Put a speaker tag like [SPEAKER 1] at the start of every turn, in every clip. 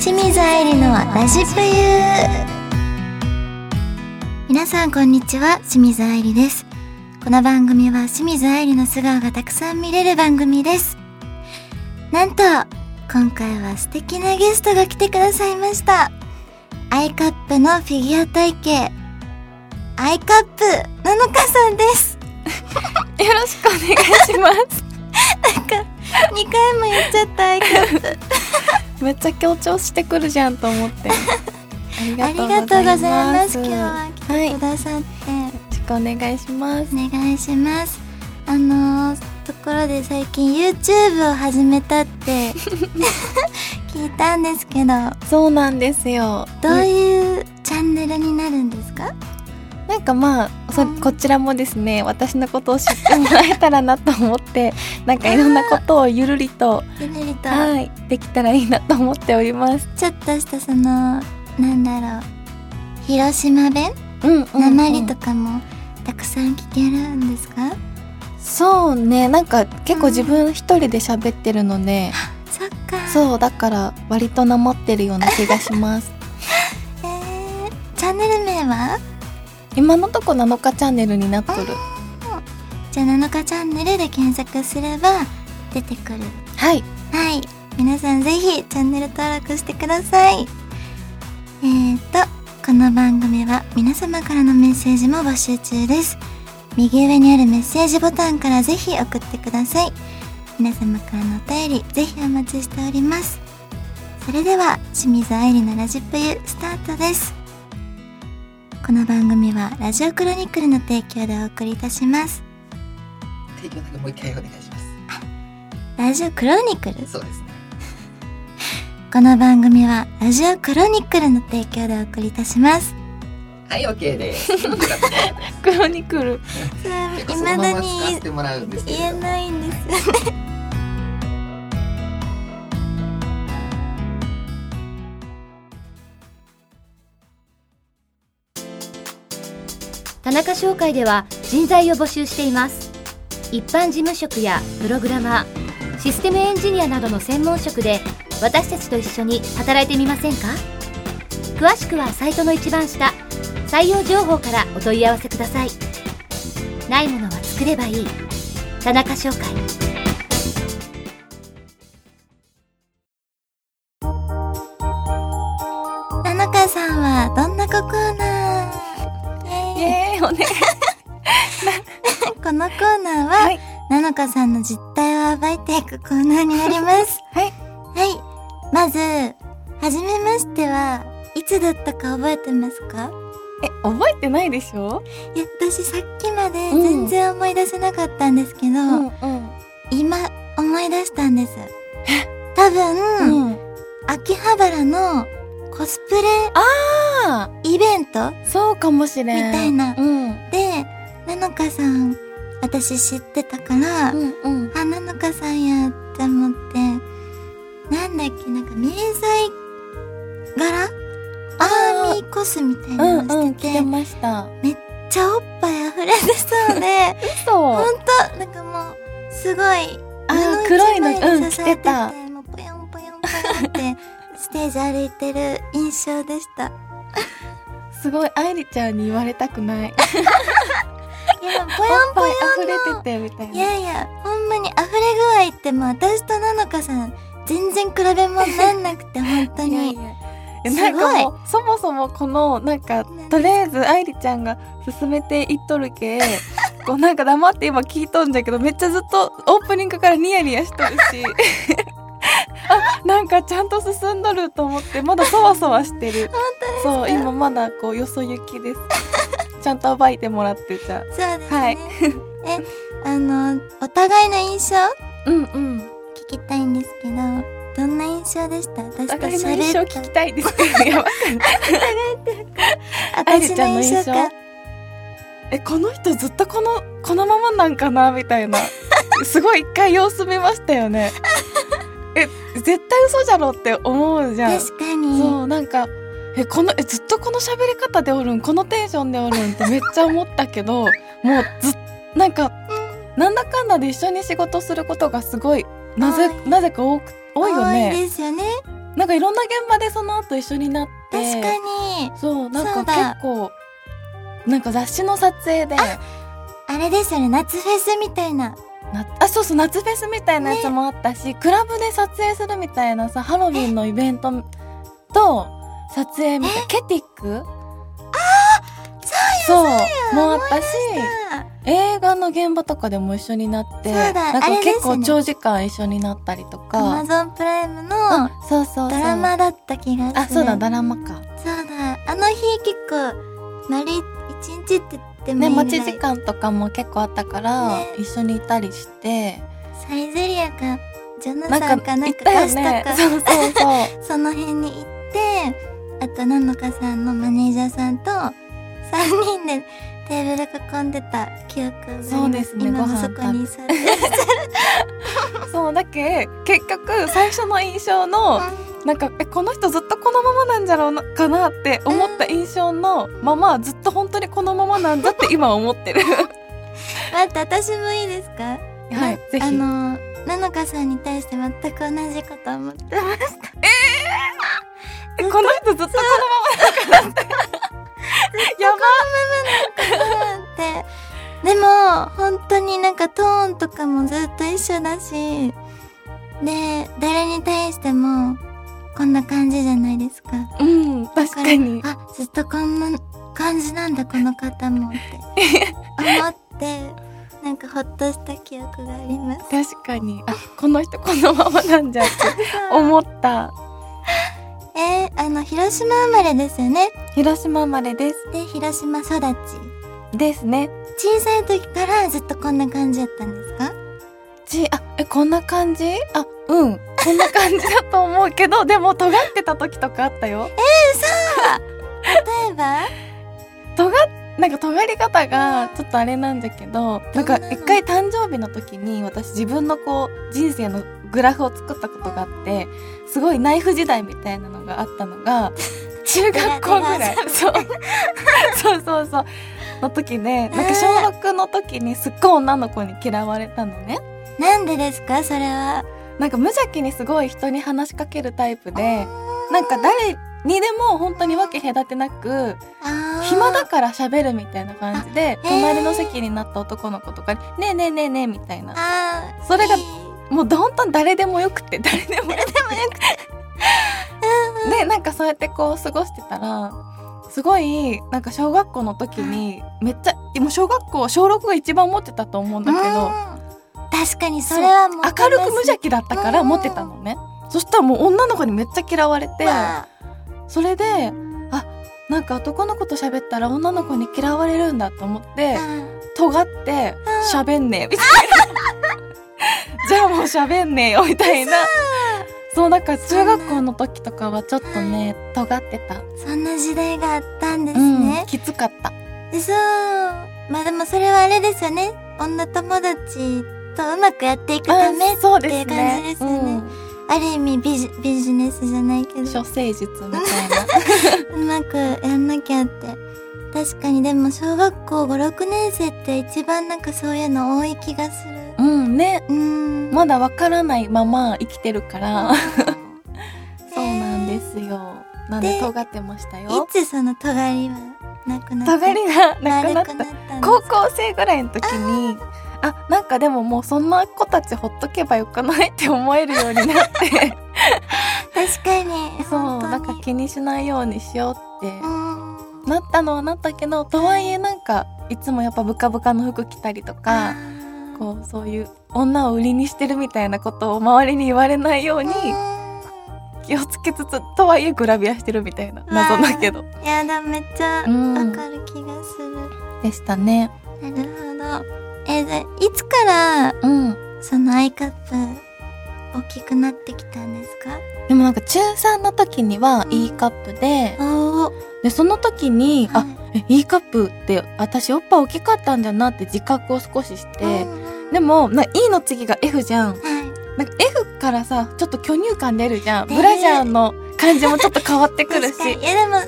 [SPEAKER 1] 清水愛理の私ぷゆー皆さんこんにちは清水愛理ですこの番組は清水愛理の素顔がたくさん見れる番組ですなんと今回は素敵なゲストが来てくださいましたアイカップのフィギュア体型アイカップなのかさんです
[SPEAKER 2] よろしくお願いします。
[SPEAKER 1] 2回も言っちゃったアイカップ
[SPEAKER 2] めっちゃ強調してくるじゃんと思 って。あり
[SPEAKER 1] ありがとうございます今日は来
[SPEAKER 2] はい、
[SPEAKER 1] て
[SPEAKER 2] よ
[SPEAKER 1] くださって、
[SPEAKER 2] ろしくお願いします。
[SPEAKER 1] お願いしますあのーところで最近 YouTube を始めたって 聞いたんですけど
[SPEAKER 2] そうなんですよ。
[SPEAKER 1] どういうチャンネルになるんですか、
[SPEAKER 2] なんかまあそこちらもですね、私のことを知ってもらえたらなと思 って、なんかいろんなことをゆるりと
[SPEAKER 1] ゆるりと、
[SPEAKER 2] はいできたらいいなと思っております。
[SPEAKER 1] ちょっとしたそのなんだろう広島弁
[SPEAKER 2] うん、うん、
[SPEAKER 1] なまりとかもたくさん聞けるんですか、
[SPEAKER 2] そうね、なんか結構自分一人で喋ってる ので、
[SPEAKER 1] そっか
[SPEAKER 2] そうだから割となまってるような気がします。
[SPEAKER 1] えー、チャンネル名は
[SPEAKER 2] 今のとこ7日チャンネルになっとる
[SPEAKER 1] じゃあ7日チャンネルで検索すれば出てくる
[SPEAKER 2] はい
[SPEAKER 1] はい皆さんぜひチャンネル登録してくださいえーとこの番組は皆様からのメッセージも募集中です右上にあるメッセージボタンからぜひ送ってください皆様からのお便りぜひお待ちしておりますそれでは清水愛理のラジプユスタートですこの番組はラジオクロニクルの提供でお送りいたします
[SPEAKER 3] 提供なんかもう一回お願いしま
[SPEAKER 1] ラジオクロニクル
[SPEAKER 3] す。そうですね。
[SPEAKER 1] この番組はラジオクロニクルの提供でお送りいたします。
[SPEAKER 3] はい、OK です。よかったです
[SPEAKER 2] クロニクル
[SPEAKER 3] 結構
[SPEAKER 1] い
[SPEAKER 3] そ
[SPEAKER 1] ま
[SPEAKER 3] の
[SPEAKER 1] だ
[SPEAKER 3] ま
[SPEAKER 1] に
[SPEAKER 3] ま使ってもらうんですけれ
[SPEAKER 1] 言え
[SPEAKER 3] ども。
[SPEAKER 1] ないんです。
[SPEAKER 4] 田中商会では人材を募集しています一般事務職やプログラマーシステムエンジニアなどの専門職で私たちと一緒に働いてみませんか詳しくはサイトの一番下採用情報からお問い合わせくださいないものは作ればいい田中商会
[SPEAKER 1] なのかさんはどんな子コーナー
[SPEAKER 2] イ
[SPEAKER 1] イエーイ
[SPEAKER 2] エーイお願い
[SPEAKER 1] このコーナーは、
[SPEAKER 2] はい
[SPEAKER 1] なのかさんの実態を暴いていくコーナーになり ます。
[SPEAKER 2] はい
[SPEAKER 1] はい。まず、はじめましてはいつだったか覚えてますか
[SPEAKER 2] え覚えてないでしょ
[SPEAKER 1] いや、私さっきまで全然思い出せなかったんですけど、
[SPEAKER 2] うん
[SPEAKER 1] 今思い出したんです。多分、
[SPEAKER 2] うん
[SPEAKER 1] 秋葉原のコスプレ
[SPEAKER 2] あ
[SPEAKER 1] イベント
[SPEAKER 2] あそうかもしれ
[SPEAKER 1] み
[SPEAKER 2] ん
[SPEAKER 1] たいな
[SPEAKER 2] うんう
[SPEAKER 1] で、なのかさん、私知ってたから、
[SPEAKER 2] んうん
[SPEAKER 1] あ、なのかさんやって思って、なんだっけ、なんか迷彩柄アーミーコスみたいな
[SPEAKER 2] うん
[SPEAKER 1] の
[SPEAKER 2] う
[SPEAKER 1] を
[SPEAKER 2] ん
[SPEAKER 1] して
[SPEAKER 2] 来
[SPEAKER 1] て、
[SPEAKER 2] てました
[SPEAKER 1] めっちゃおっぱい溢れてそうで、 ほ
[SPEAKER 2] そうん
[SPEAKER 1] と、なんかもう、すごい、
[SPEAKER 2] あ
[SPEAKER 1] 布
[SPEAKER 2] 黒いの
[SPEAKER 1] 一枚
[SPEAKER 2] う
[SPEAKER 1] で
[SPEAKER 2] ん
[SPEAKER 1] 支
[SPEAKER 2] 着
[SPEAKER 1] え
[SPEAKER 2] てた
[SPEAKER 1] てもうぽよんぽよんぽよんって、ステージ歩いてる印象で した。
[SPEAKER 2] すごい愛理ちゃんに言われたくない
[SPEAKER 1] いや、ぽ
[SPEAKER 2] お
[SPEAKER 1] よん
[SPEAKER 2] っ
[SPEAKER 1] ぽ
[SPEAKER 2] ぱい
[SPEAKER 1] よんの
[SPEAKER 2] 溢れててみた
[SPEAKER 1] い
[SPEAKER 2] いな
[SPEAKER 1] やいや、ほんまに溢れ具合ってもう私となのかさん、全然比べもんなんなくて、本当
[SPEAKER 2] いや
[SPEAKER 1] に。
[SPEAKER 2] いやえなんかもうそもそもこのなんかとりあえず愛理ちゃんが進めていっとる けこうなんか黙って今聞いとんじゃけどめっちゃずっとオープニングからニヤニヤしとる しあなんかちゃんと進んどると思ってまだそわそわして るそう今まだこうよそ行きですちゃんと暴いてもらってじゃ
[SPEAKER 1] そうですね。
[SPEAKER 2] はい
[SPEAKER 1] え、あの、お互いの印象
[SPEAKER 2] あうんうん
[SPEAKER 1] 聞きたいんですけど、どんな印象でした私と
[SPEAKER 2] お互いの印象
[SPEAKER 1] 喋っ
[SPEAKER 2] 聞きたいです けどやばい
[SPEAKER 1] た。
[SPEAKER 2] 愛理
[SPEAKER 1] 私
[SPEAKER 2] ちゃん
[SPEAKER 1] の
[SPEAKER 2] の
[SPEAKER 1] 印
[SPEAKER 2] 印
[SPEAKER 1] 象か
[SPEAKER 2] 象。えこの人ずっとこのこのままなんかなみたいな すごい一回様子見ました よねえ絶対嘘じゃろって思うじゃん
[SPEAKER 1] 確かに。
[SPEAKER 2] そうなんかえこのえずっとこの喋り方でおるんこのテンションでおるんって めっちゃ思ったけどもうずっなんかなんだかんだで一緒に仕事することがすごいなぜ
[SPEAKER 1] 多
[SPEAKER 2] なぜか多く多いよね
[SPEAKER 1] 多いですよね。
[SPEAKER 2] なんかいろんな現場でその後一緒になって
[SPEAKER 1] 確かに
[SPEAKER 2] そうな
[SPEAKER 1] そうん
[SPEAKER 2] か
[SPEAKER 1] だ
[SPEAKER 2] 結構なんか雑誌の撮影で
[SPEAKER 1] あれですよね夏フェスみたいな
[SPEAKER 2] なあそうそう夏フェスみたいなやつもあったし、クラブで撮影するみたいなさハロウィンのイベントと撮影みたいケティックそうもあったし
[SPEAKER 1] あ
[SPEAKER 2] 映画の現場とかでも一緒になって
[SPEAKER 1] そうだ
[SPEAKER 2] なん
[SPEAKER 1] あれ
[SPEAKER 2] か
[SPEAKER 1] ですね
[SPEAKER 2] 結構長時間一緒になったりとか、
[SPEAKER 1] Amazon プライムの
[SPEAKER 2] うんそうそうそう
[SPEAKER 1] ドラマだった気がする
[SPEAKER 2] あそうだドラマか
[SPEAKER 1] そうだあの日結構丸一日って言ってもいい
[SPEAKER 2] ね
[SPEAKER 1] ぐらい
[SPEAKER 2] 待ち時間とかも結構あったから、
[SPEAKER 1] ね
[SPEAKER 2] 一緒にいたりして
[SPEAKER 1] サイゼリアかジョナ
[SPEAKER 2] な
[SPEAKER 1] サン
[SPEAKER 2] んか
[SPEAKER 1] か
[SPEAKER 2] 行
[SPEAKER 1] な
[SPEAKER 2] っ
[SPEAKER 1] んか
[SPEAKER 2] たよ
[SPEAKER 1] ガスタ
[SPEAKER 2] ね
[SPEAKER 1] か
[SPEAKER 2] そうそう そう
[SPEAKER 1] その辺に行ってあとナノカさんのマネージャーさんと3人でテーブル囲んでた記憶があります
[SPEAKER 2] そうですね
[SPEAKER 1] 今
[SPEAKER 2] ご
[SPEAKER 1] も
[SPEAKER 2] 飯
[SPEAKER 1] そ
[SPEAKER 2] 食べ
[SPEAKER 1] こに座ってる
[SPEAKER 2] そうだけ結局最初の印象のなんかえこの人ずっとこのままなんじゃろうなかなって思った印象のままずっと本当にこのままなん だって今思ってる
[SPEAKER 1] 待って私もいいですか
[SPEAKER 2] はい
[SPEAKER 1] な
[SPEAKER 2] ぜひ
[SPEAKER 1] あのナノカさんに対して全く同じこと思ってました
[SPEAKER 2] えこの人ずっとこのまま
[SPEAKER 1] ってでも本当になんかトーンとかもずっと一緒だしで誰に対してもこんな感じじゃないですか
[SPEAKER 2] だからうん確かに
[SPEAKER 1] あずっとこんな感じなんだこの方もって思って なんかほっとした記憶があります
[SPEAKER 2] 確かにあこの人このままなんじゃって思った
[SPEAKER 1] えー、あの広島生まれですよね
[SPEAKER 2] 広島生まれです
[SPEAKER 1] で広島育ち
[SPEAKER 2] ですね
[SPEAKER 1] 小さい時からずっとこんな感じだったんですか
[SPEAKER 2] ちあえこんな感じあうんこんな感じだと思うけどでも尖ってた時とかあったよ
[SPEAKER 1] 例えば
[SPEAKER 2] なんか尖り方がちょっとあれなんだけどなん
[SPEAKER 1] ど
[SPEAKER 2] か
[SPEAKER 1] んなの
[SPEAKER 2] 一回誕生日の時に私自分のこう人生のグラフを作ったことがあってすごいナイフ時代みたいなのがあったの が中学校ぐらい
[SPEAKER 1] テラテラ
[SPEAKER 2] そうそう そうそうの時でなんか小6の時にすっごい女の子に嫌われたのね
[SPEAKER 1] なんでですかそれは
[SPEAKER 2] なんか無邪気にすごい人に話しかけるタイプでなんか誰にでも本当に分け隔てなく
[SPEAKER 1] あー
[SPEAKER 2] 暇だから喋るみたいな感じで
[SPEAKER 1] あへー
[SPEAKER 2] 隣の席になった男の子とかに「ねえねえねえねえ」みたいな
[SPEAKER 1] あー
[SPEAKER 2] それが
[SPEAKER 1] いい
[SPEAKER 2] もう本当に誰でもよくて 誰でもよくて。でなんかそうやってこう過ごしてたらすごいなんか小学校の時にめっちゃもう小学校小6が一番持ってたと思うんだけど。
[SPEAKER 1] うん確かにそれはもう
[SPEAKER 2] 明るく無邪気だったから
[SPEAKER 1] うん
[SPEAKER 2] 持ってたのね、そしたらもう女の子にめっちゃ嫌われて
[SPEAKER 1] わ
[SPEAKER 2] それであなんか男の子と喋ったら女の子に嫌われるんだと思って
[SPEAKER 1] あ
[SPEAKER 2] 尖って
[SPEAKER 1] うん
[SPEAKER 2] 喋んねえみたいな じゃあもう喋んねえよみたいなそうなんか中学校の時とかはちょっとね尖ってた、
[SPEAKER 1] そんな時代があったんです
[SPEAKER 2] うん
[SPEAKER 1] ね、
[SPEAKER 2] きつかった
[SPEAKER 1] でそうまあでもそれはあれですよね女友達とうまくやっていくため、
[SPEAKER 2] うんそうです
[SPEAKER 1] っていう感じ
[SPEAKER 2] ね
[SPEAKER 1] ですよねある意味ビジビジネスじゃないけ
[SPEAKER 2] うん、
[SPEAKER 1] ど
[SPEAKER 2] 処世術みたいな
[SPEAKER 1] うまくやんなきゃって確かにでも小学校56年生って一番なんかそういうの多い気がする
[SPEAKER 2] うんね
[SPEAKER 1] うん
[SPEAKER 2] まだわからないまま生きてるから そうなんですすよ。なんで
[SPEAKER 1] で
[SPEAKER 2] 尖ってました
[SPEAKER 1] い
[SPEAKER 2] よ。
[SPEAKER 1] つその尖りはなくなった
[SPEAKER 2] 尖りがなくなっ
[SPEAKER 1] 丸くな
[SPEAKER 2] た。
[SPEAKER 1] ったんです
[SPEAKER 2] 高校生ぐらいの時に、あ、なんかでももうそんな子たちほっとけばよくないって思えるようになって、
[SPEAKER 1] 確かに
[SPEAKER 2] そう、な
[SPEAKER 1] 本
[SPEAKER 2] ん
[SPEAKER 1] 当
[SPEAKER 2] か
[SPEAKER 1] に
[SPEAKER 2] 気にしないようにしようって
[SPEAKER 1] うん
[SPEAKER 2] なったのはなったけど、とはいえなんかいつもやっぱブカブカの服着たりと
[SPEAKER 1] あ
[SPEAKER 2] か、
[SPEAKER 1] ー
[SPEAKER 2] こうそういう女を売りにしてるみたいなことを周りに言われないように
[SPEAKER 1] う
[SPEAKER 2] 気をつけつつ、とはいえグラビアしてるみたいな謎だけど。
[SPEAKER 1] んいやだめっちゃ
[SPEAKER 2] うん
[SPEAKER 1] わかる気がする、
[SPEAKER 2] でしたね。
[SPEAKER 1] なるほどえじゃあいつから
[SPEAKER 2] うん。
[SPEAKER 1] そのアイカップ大きくなってきたんですか
[SPEAKER 2] でもなんか中3の時には
[SPEAKER 1] うん
[SPEAKER 2] E カップで、
[SPEAKER 1] おお
[SPEAKER 2] で、その時に、あ、え E カップって私おっぱい大きかったんだなって自覚を少しして、で
[SPEAKER 1] も
[SPEAKER 2] も、な E の次が F じゃん。
[SPEAKER 1] はい
[SPEAKER 2] なんか F からさ、ちょっと巨乳感出るじゃん。
[SPEAKER 1] 出
[SPEAKER 2] ブ
[SPEAKER 1] る
[SPEAKER 2] ラジャーの感じもちょっと変わってく
[SPEAKER 1] 確
[SPEAKER 2] るし。
[SPEAKER 1] かにいやでもみんな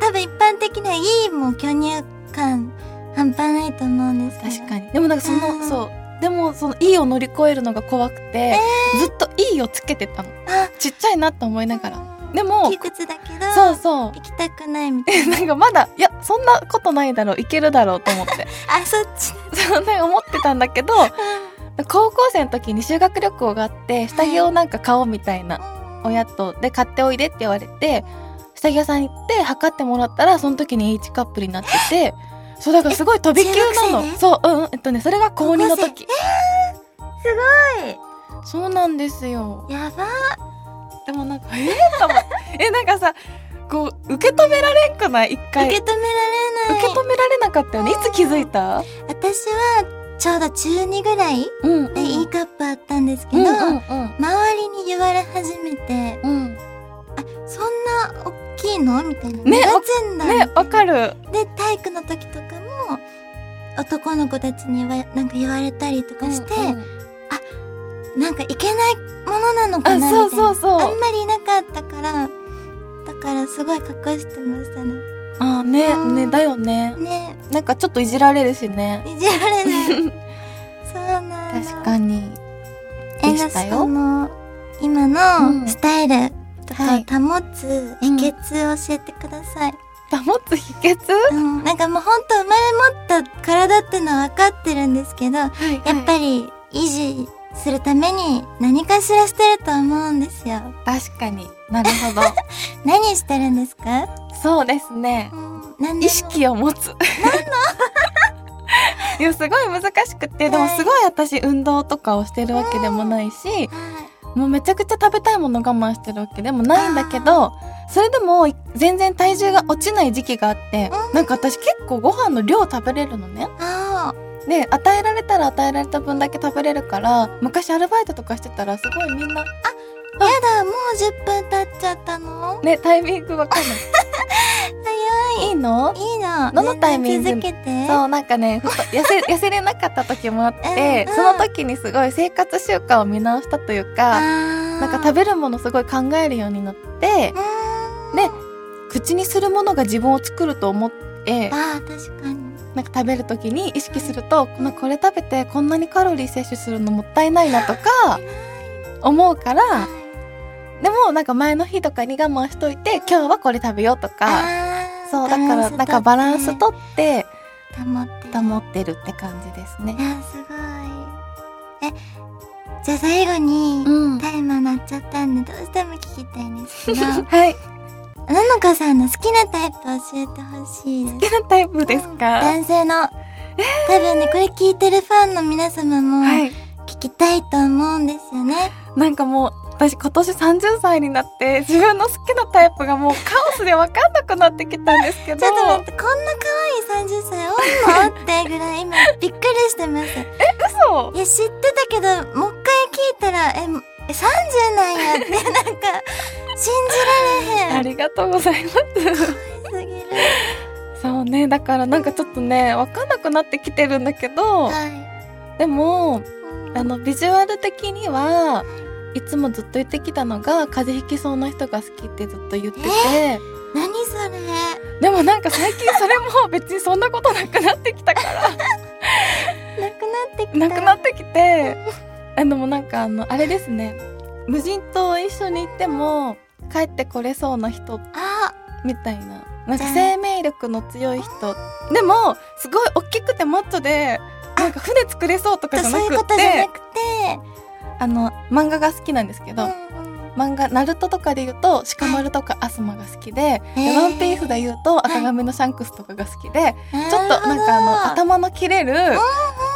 [SPEAKER 1] 多分一般的にはいいもう巨乳感半端ないと思うんですけど
[SPEAKER 2] 確かに。でもなんかそ
[SPEAKER 1] うん
[SPEAKER 2] の、そう。でもその「いい」を乗り越えるのが怖くて、ずっと「いい」をつけてたの
[SPEAKER 1] あ
[SPEAKER 2] ちっちゃいなって思いながらでも
[SPEAKER 1] 窮屈だけど
[SPEAKER 2] そうそう
[SPEAKER 1] 行きたくないみたい
[SPEAKER 2] えなんかまだいやそんなことないだろういけるだろうと思って
[SPEAKER 1] なあそっち
[SPEAKER 2] そんな思ってたんだけど高校生の時に修学旅行があって下着をなんか買おうみたいな親とで買っておいでって言われて下着屋さん行って測ってもらったらその時に H カップになっててそうだからすごい飛び級なの、
[SPEAKER 1] え中学生で
[SPEAKER 2] そううんうんえっとねそれが高2の
[SPEAKER 1] 高校
[SPEAKER 2] 時そうなんですよ
[SPEAKER 1] やば
[SPEAKER 2] でもなんかえー、と思ってえなんかさこう受け止められんくない一回
[SPEAKER 1] 受け止められない
[SPEAKER 2] 受け止められなかったよねいつ気づいた
[SPEAKER 1] 私はちょうど中2ぐらい
[SPEAKER 2] うんうん
[SPEAKER 1] でいいカップあったんですけ
[SPEAKER 2] う
[SPEAKER 1] ど、
[SPEAKER 2] んうん
[SPEAKER 1] 周りに言われ始めて
[SPEAKER 2] うん
[SPEAKER 1] そんな大きいのみたいな
[SPEAKER 2] ね
[SPEAKER 1] 目立つんだ、
[SPEAKER 2] ねわかる
[SPEAKER 1] で体育の時とかも男の子たちに言わなんか言われたりとかして、
[SPEAKER 2] うんうん
[SPEAKER 1] なんかいけないものなのかな
[SPEAKER 2] あ
[SPEAKER 1] みたいな
[SPEAKER 2] そうそう
[SPEAKER 1] あ
[SPEAKER 2] そ
[SPEAKER 1] ん
[SPEAKER 2] う
[SPEAKER 1] まりいなかったからだからすごい隠してましたね
[SPEAKER 2] あねねだよね
[SPEAKER 1] ね
[SPEAKER 2] なんかちょっといじられるしね
[SPEAKER 1] いじられ ないそうなの
[SPEAKER 2] 確かに
[SPEAKER 1] え
[SPEAKER 2] で
[SPEAKER 1] が
[SPEAKER 2] したよ
[SPEAKER 1] その今
[SPEAKER 2] う
[SPEAKER 1] の
[SPEAKER 2] ん
[SPEAKER 1] スタイルとか
[SPEAKER 2] は
[SPEAKER 1] を
[SPEAKER 2] い
[SPEAKER 1] 保つ秘訣を教えてください、
[SPEAKER 2] 保つ秘訣
[SPEAKER 1] うんなんかもうほんと生まれ持った体ってのは分かってるんですけどやっ
[SPEAKER 2] はい
[SPEAKER 1] ぱり維持するために何かしらしてると思うんですよ
[SPEAKER 2] 確かになるほど
[SPEAKER 1] 何してるんですか、
[SPEAKER 2] そうですね
[SPEAKER 1] うん、何でも
[SPEAKER 2] 意識を持つ いやすごい難しくてでも
[SPEAKER 1] はい
[SPEAKER 2] すごい私運動とかをしてるわけでもないし
[SPEAKER 1] はい
[SPEAKER 2] もうめちゃくちゃ食べたいもの我慢してるわけでもないんだけどそれでも全然体重が落ちない時期があって
[SPEAKER 1] うん
[SPEAKER 2] なんか私結構ご飯の量食べれるのね
[SPEAKER 1] あー
[SPEAKER 2] で与えられたら与えられた分だけ食べれるから昔アルバイトとかしてたらすごいみんな
[SPEAKER 1] やだもう10分経っちゃったの
[SPEAKER 2] ねタイミングわかんない早いいいの
[SPEAKER 1] いいな
[SPEAKER 2] どのタイミング
[SPEAKER 1] 全然続けて
[SPEAKER 2] そうなんかねふと 痩せ痩せれなかった時もあって
[SPEAKER 1] うんうん
[SPEAKER 2] その時にすごい生活習慣を見直したという
[SPEAKER 1] あ
[SPEAKER 2] か
[SPEAKER 1] ー
[SPEAKER 2] なんか食べるものすごい考えるようになって
[SPEAKER 1] うーん
[SPEAKER 2] で口にするものが自分を作ると思って
[SPEAKER 1] あー確かに
[SPEAKER 2] なんか食べる時に意識するとこのこれ食べてこんなにカロリー摂取するのもったいないなと か思うからでもなんか前の日とかに我慢しといて今日はこれ食べようとか
[SPEAKER 1] あー
[SPEAKER 2] そうだからなんかバランスとって
[SPEAKER 1] 保ってる
[SPEAKER 2] 保ってるって感じです
[SPEAKER 1] い
[SPEAKER 2] ね。
[SPEAKER 1] やすごいえじゃあ最後に、
[SPEAKER 2] うん
[SPEAKER 1] タイマー鳴っちゃったんでどうしても聞きたいんですけど な
[SPEAKER 2] はい、好
[SPEAKER 1] のかさんの好きなタイプ教えてほしいです
[SPEAKER 2] きなタイプですか。
[SPEAKER 1] 男性の多分ねこれ聞いてるファンの皆様も
[SPEAKER 2] はい、
[SPEAKER 1] 聞きたいと思うんですよね、
[SPEAKER 2] なんかもう私今年30歳になって自分の好きなタイプがもうカオスで分かんなくなってきたんですけど。
[SPEAKER 1] ちょっと待ってこんな可愛い30歳おんのってぐらい今びっくりしてますい
[SPEAKER 2] 嘘。
[SPEAKER 1] や知ってたけどもう一回聞いたらええ30なんや ってなんか信じられへ
[SPEAKER 2] あ
[SPEAKER 1] ん
[SPEAKER 2] りがとうございます。
[SPEAKER 1] すぎる
[SPEAKER 2] そうね、だからなんかちょっとね、わかんなくなってきてるんだけど、
[SPEAKER 1] は
[SPEAKER 2] でも、
[SPEAKER 1] い
[SPEAKER 2] あの、ビジュアル的には、いつもずっと言ってきたのが、風邪ひきそうな人が好きってずっと言ってて、
[SPEAKER 1] 何それ
[SPEAKER 2] でもなんか最近それも別にそんなことなくなってきたから、
[SPEAKER 1] なくなってきた
[SPEAKER 2] なくなってきて、あでもなんかあの、あれですね、無人島一緒に行っても、帰ってこれそうな人
[SPEAKER 1] あ
[SPEAKER 2] みたいななんか生命力の強い人でもすごい大きくてマッチョでなんか船作れそうとかじ
[SPEAKER 1] そ
[SPEAKER 2] ゃ
[SPEAKER 1] う
[SPEAKER 2] な
[SPEAKER 1] いうこ
[SPEAKER 2] く
[SPEAKER 1] とじゃな
[SPEAKER 2] て
[SPEAKER 1] くて
[SPEAKER 2] あの漫画が好きなんですけど、
[SPEAKER 1] うんうん
[SPEAKER 2] 漫画「ナルトとかで言うと「鹿丸」とか「アスマ」が好きで「
[SPEAKER 1] へ
[SPEAKER 2] で
[SPEAKER 1] ー
[SPEAKER 2] ワンピースで言うと「赤髪のシャンクス」とかが好きで、ちょっとなんかあ
[SPEAKER 1] な
[SPEAKER 2] の
[SPEAKER 1] るほど
[SPEAKER 2] 頭の切れる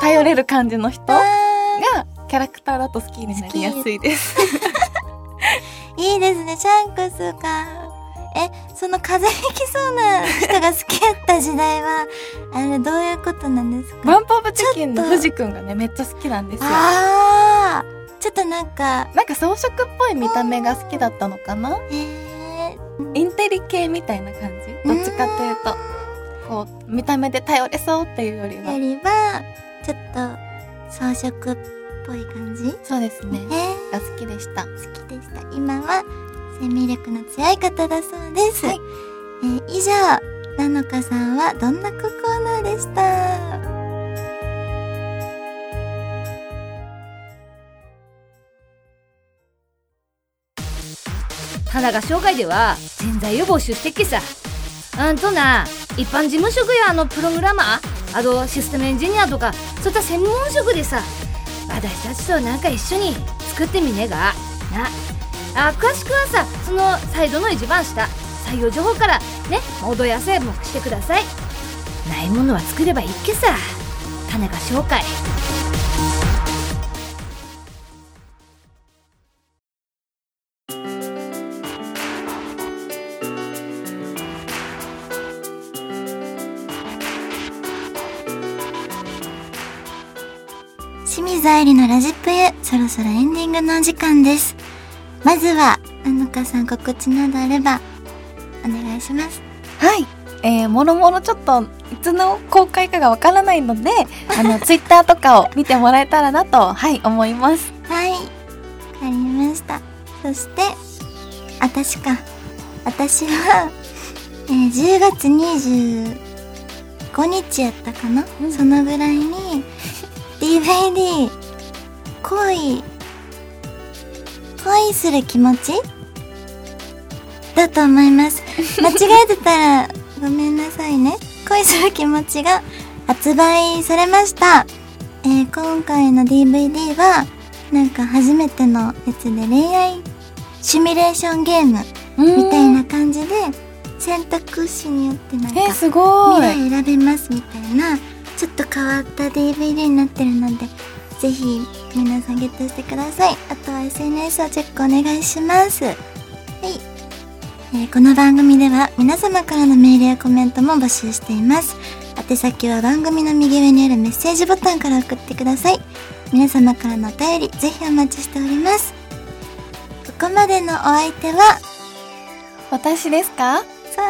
[SPEAKER 2] 頼れる感じの人が
[SPEAKER 1] あ
[SPEAKER 2] キャラクターだと好きになりやすいです。
[SPEAKER 1] ーいいですねシャンクスがえその風邪ひきそうな人が好きやった時代は あれどういうことなんですか
[SPEAKER 2] バンプオブチキンの
[SPEAKER 1] ちょっと
[SPEAKER 2] 藤くんがねめっちゃ好きなんですよ。
[SPEAKER 1] あーちょっとなんか
[SPEAKER 2] なんか装飾っぽい見た目が好きだったのかな
[SPEAKER 1] えー、
[SPEAKER 2] インテリ系みたいな感じどっちかというとこう見た目で頼れそうっていうより
[SPEAKER 1] うーん
[SPEAKER 2] は
[SPEAKER 1] よりはちょっと装飾っぽい感じ
[SPEAKER 2] そうですね
[SPEAKER 1] えー
[SPEAKER 2] が好きでした
[SPEAKER 1] 好きでした今は生命力の強い方だそうです、
[SPEAKER 2] はい
[SPEAKER 1] えー以上なのかさんはどんな子コーナーでした
[SPEAKER 4] 花が障害では人材を募集してっけさあんとな一般事務職やあのプログラマーあとシステムエンジニアとかそういった専門職でさ私たちとなんか一緒に作ってみねがなあ詳しくはさそのサイドの一番下採用情報からね戻やせもしてくださいないものは作ればいいっけさ種が紹介
[SPEAKER 1] 清水愛理のラジプユそろそろエンディングのお時間ですまずはなのかさん告知などあればお願いします
[SPEAKER 2] はい。えー、もろもろちょっと、いつの公開かがわからないの で、あの、ツイッターとかを見てもらえたらなと、はい、思います。
[SPEAKER 1] はいわかりましたそして私か私は、えー10月25日やったかな、
[SPEAKER 2] うん
[SPEAKER 1] そのぐらいに DVD 恋恋する気持ちだと思い ます間違えてたらごめんなさいね恋する気持ちが発売されました、えー今回の DVD はなんか初めてのやつで恋愛シミュレーションゲームみたいな感じで選択肢によってなんか
[SPEAKER 2] えー、すごい。
[SPEAKER 1] 未来選べますみたいなちょっと変わった DVD になってるのでぜひ皆さんゲットしてくださいあとは SNS をチェックお願いしますはい、えーこの番組では皆様からのメールやコメントも募集しています宛先は番組の右上にあるメッセージボタンから送ってください皆様からのお便りぜひお待ちしておりますここまでのお相手は
[SPEAKER 2] 私ですか
[SPEAKER 1] そ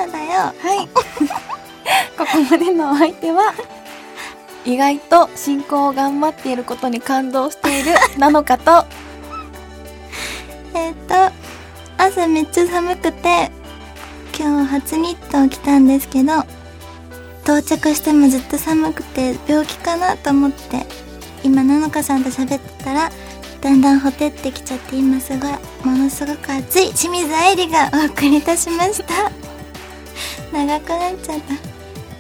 [SPEAKER 1] うだよ
[SPEAKER 2] はい。 ここまでのお相手は、意外と進行を頑張っていることに感動しているなのかと、
[SPEAKER 1] えっ、と朝めっちゃ寒くて今日初ニットを着たんですけど到着してもずっと寒くて病気かなと思って今なのかさんと喋ってたらだんだんほてってきちゃって今すごいものすごく暑い清水愛理がお送りいたしました 長くなっちゃった